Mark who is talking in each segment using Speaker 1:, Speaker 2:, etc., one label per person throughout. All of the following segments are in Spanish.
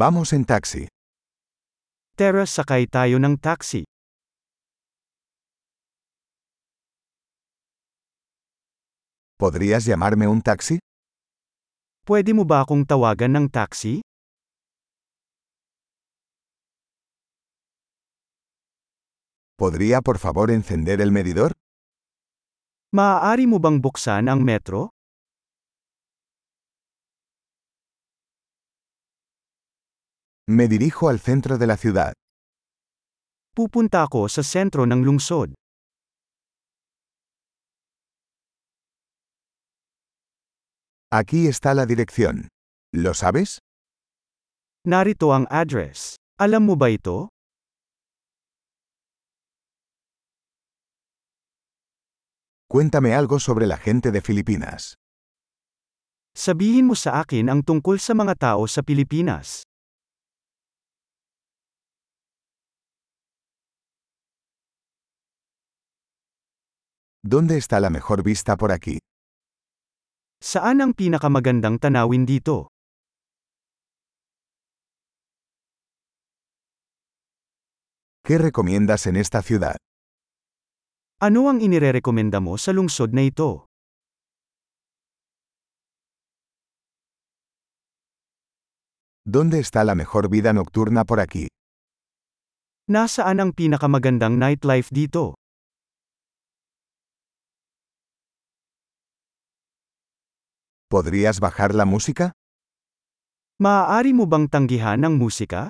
Speaker 1: Vamos en taxi.
Speaker 2: Tara sakay tayo ng taxi.
Speaker 1: ¿Podrías llamarme un taxi?
Speaker 2: Pwede mo ba akong tawagan ng taxi?
Speaker 1: ¿Podría por favor encender el medidor?
Speaker 2: Maaari mo bang buksan ang metro?
Speaker 1: Me dirijo al centro de la ciudad.
Speaker 2: Pupunta ako sa sentro ng lungsod.
Speaker 1: Aquí está la dirección. ¿Lo sabes?
Speaker 2: Narito ang address. Alam mo ba ito?
Speaker 1: Cuéntame algo sobre la gente de Filipinas.
Speaker 2: Sabihin mo sa akin ang tungkol sa mga tao sa Pilipinas.
Speaker 1: ¿Dónde está la mejor vista por aquí?
Speaker 2: Saan ang pinakamagandang tanawin dito?
Speaker 1: ¿Qué recomiendas en esta ciudad?
Speaker 2: Ano ang inirerekomenda mo sa lungsod na ito?
Speaker 1: ¿Dónde está la mejor vida nocturna por aquí?
Speaker 2: Nasaan ang pinakamagandang nightlife dito?
Speaker 1: ¿Podrías bajar la música?
Speaker 2: Maaari mo bang tanggihan ang musika?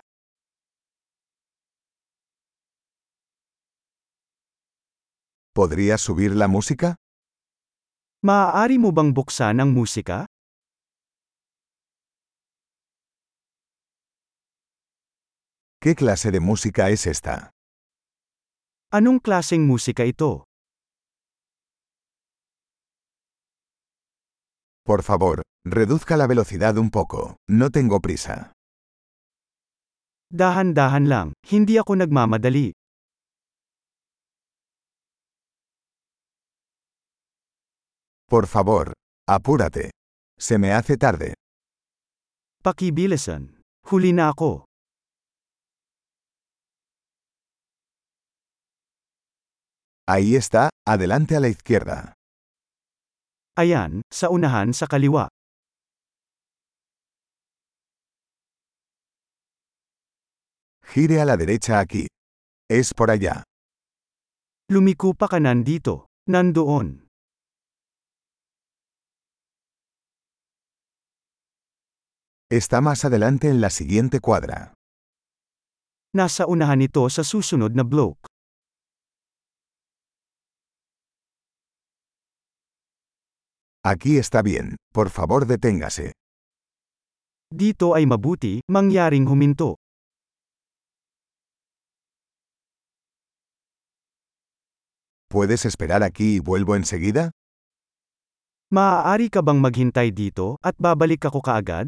Speaker 1: ¿Podrías subir la música?
Speaker 2: Maaari mo bang buksan ang musika?
Speaker 1: ¿Qué clase de música es esta?
Speaker 2: Anong klaseng musika ito?
Speaker 1: Por favor, reduzca la velocidad un poco. No tengo prisa.
Speaker 2: Dahan-dahan lang, hindi ako nagmamadali.
Speaker 1: Por favor, apúrate. Se me hace tarde.
Speaker 2: Pakibilisan. Huli na ako.
Speaker 1: Ahí está, adelante a la izquierda.
Speaker 2: Ayan, sa unahan sa kaliwa.
Speaker 1: Gire a la derecha aquí. Es por allá.
Speaker 2: Lumiko pa kanan dito. Nandoon.
Speaker 1: Está más adelante en la siguiente cuadra.
Speaker 2: Nasa unahan ito sa susunod na block.
Speaker 1: Aquí está bien. Por favor, deténgase.
Speaker 2: Dito ay mabuti, mangyaring huminto.
Speaker 1: ¿Puedes esperar aquí y vuelvo enseguida?
Speaker 2: Maaari ka bang maghintay dito at babalik ako kaagad?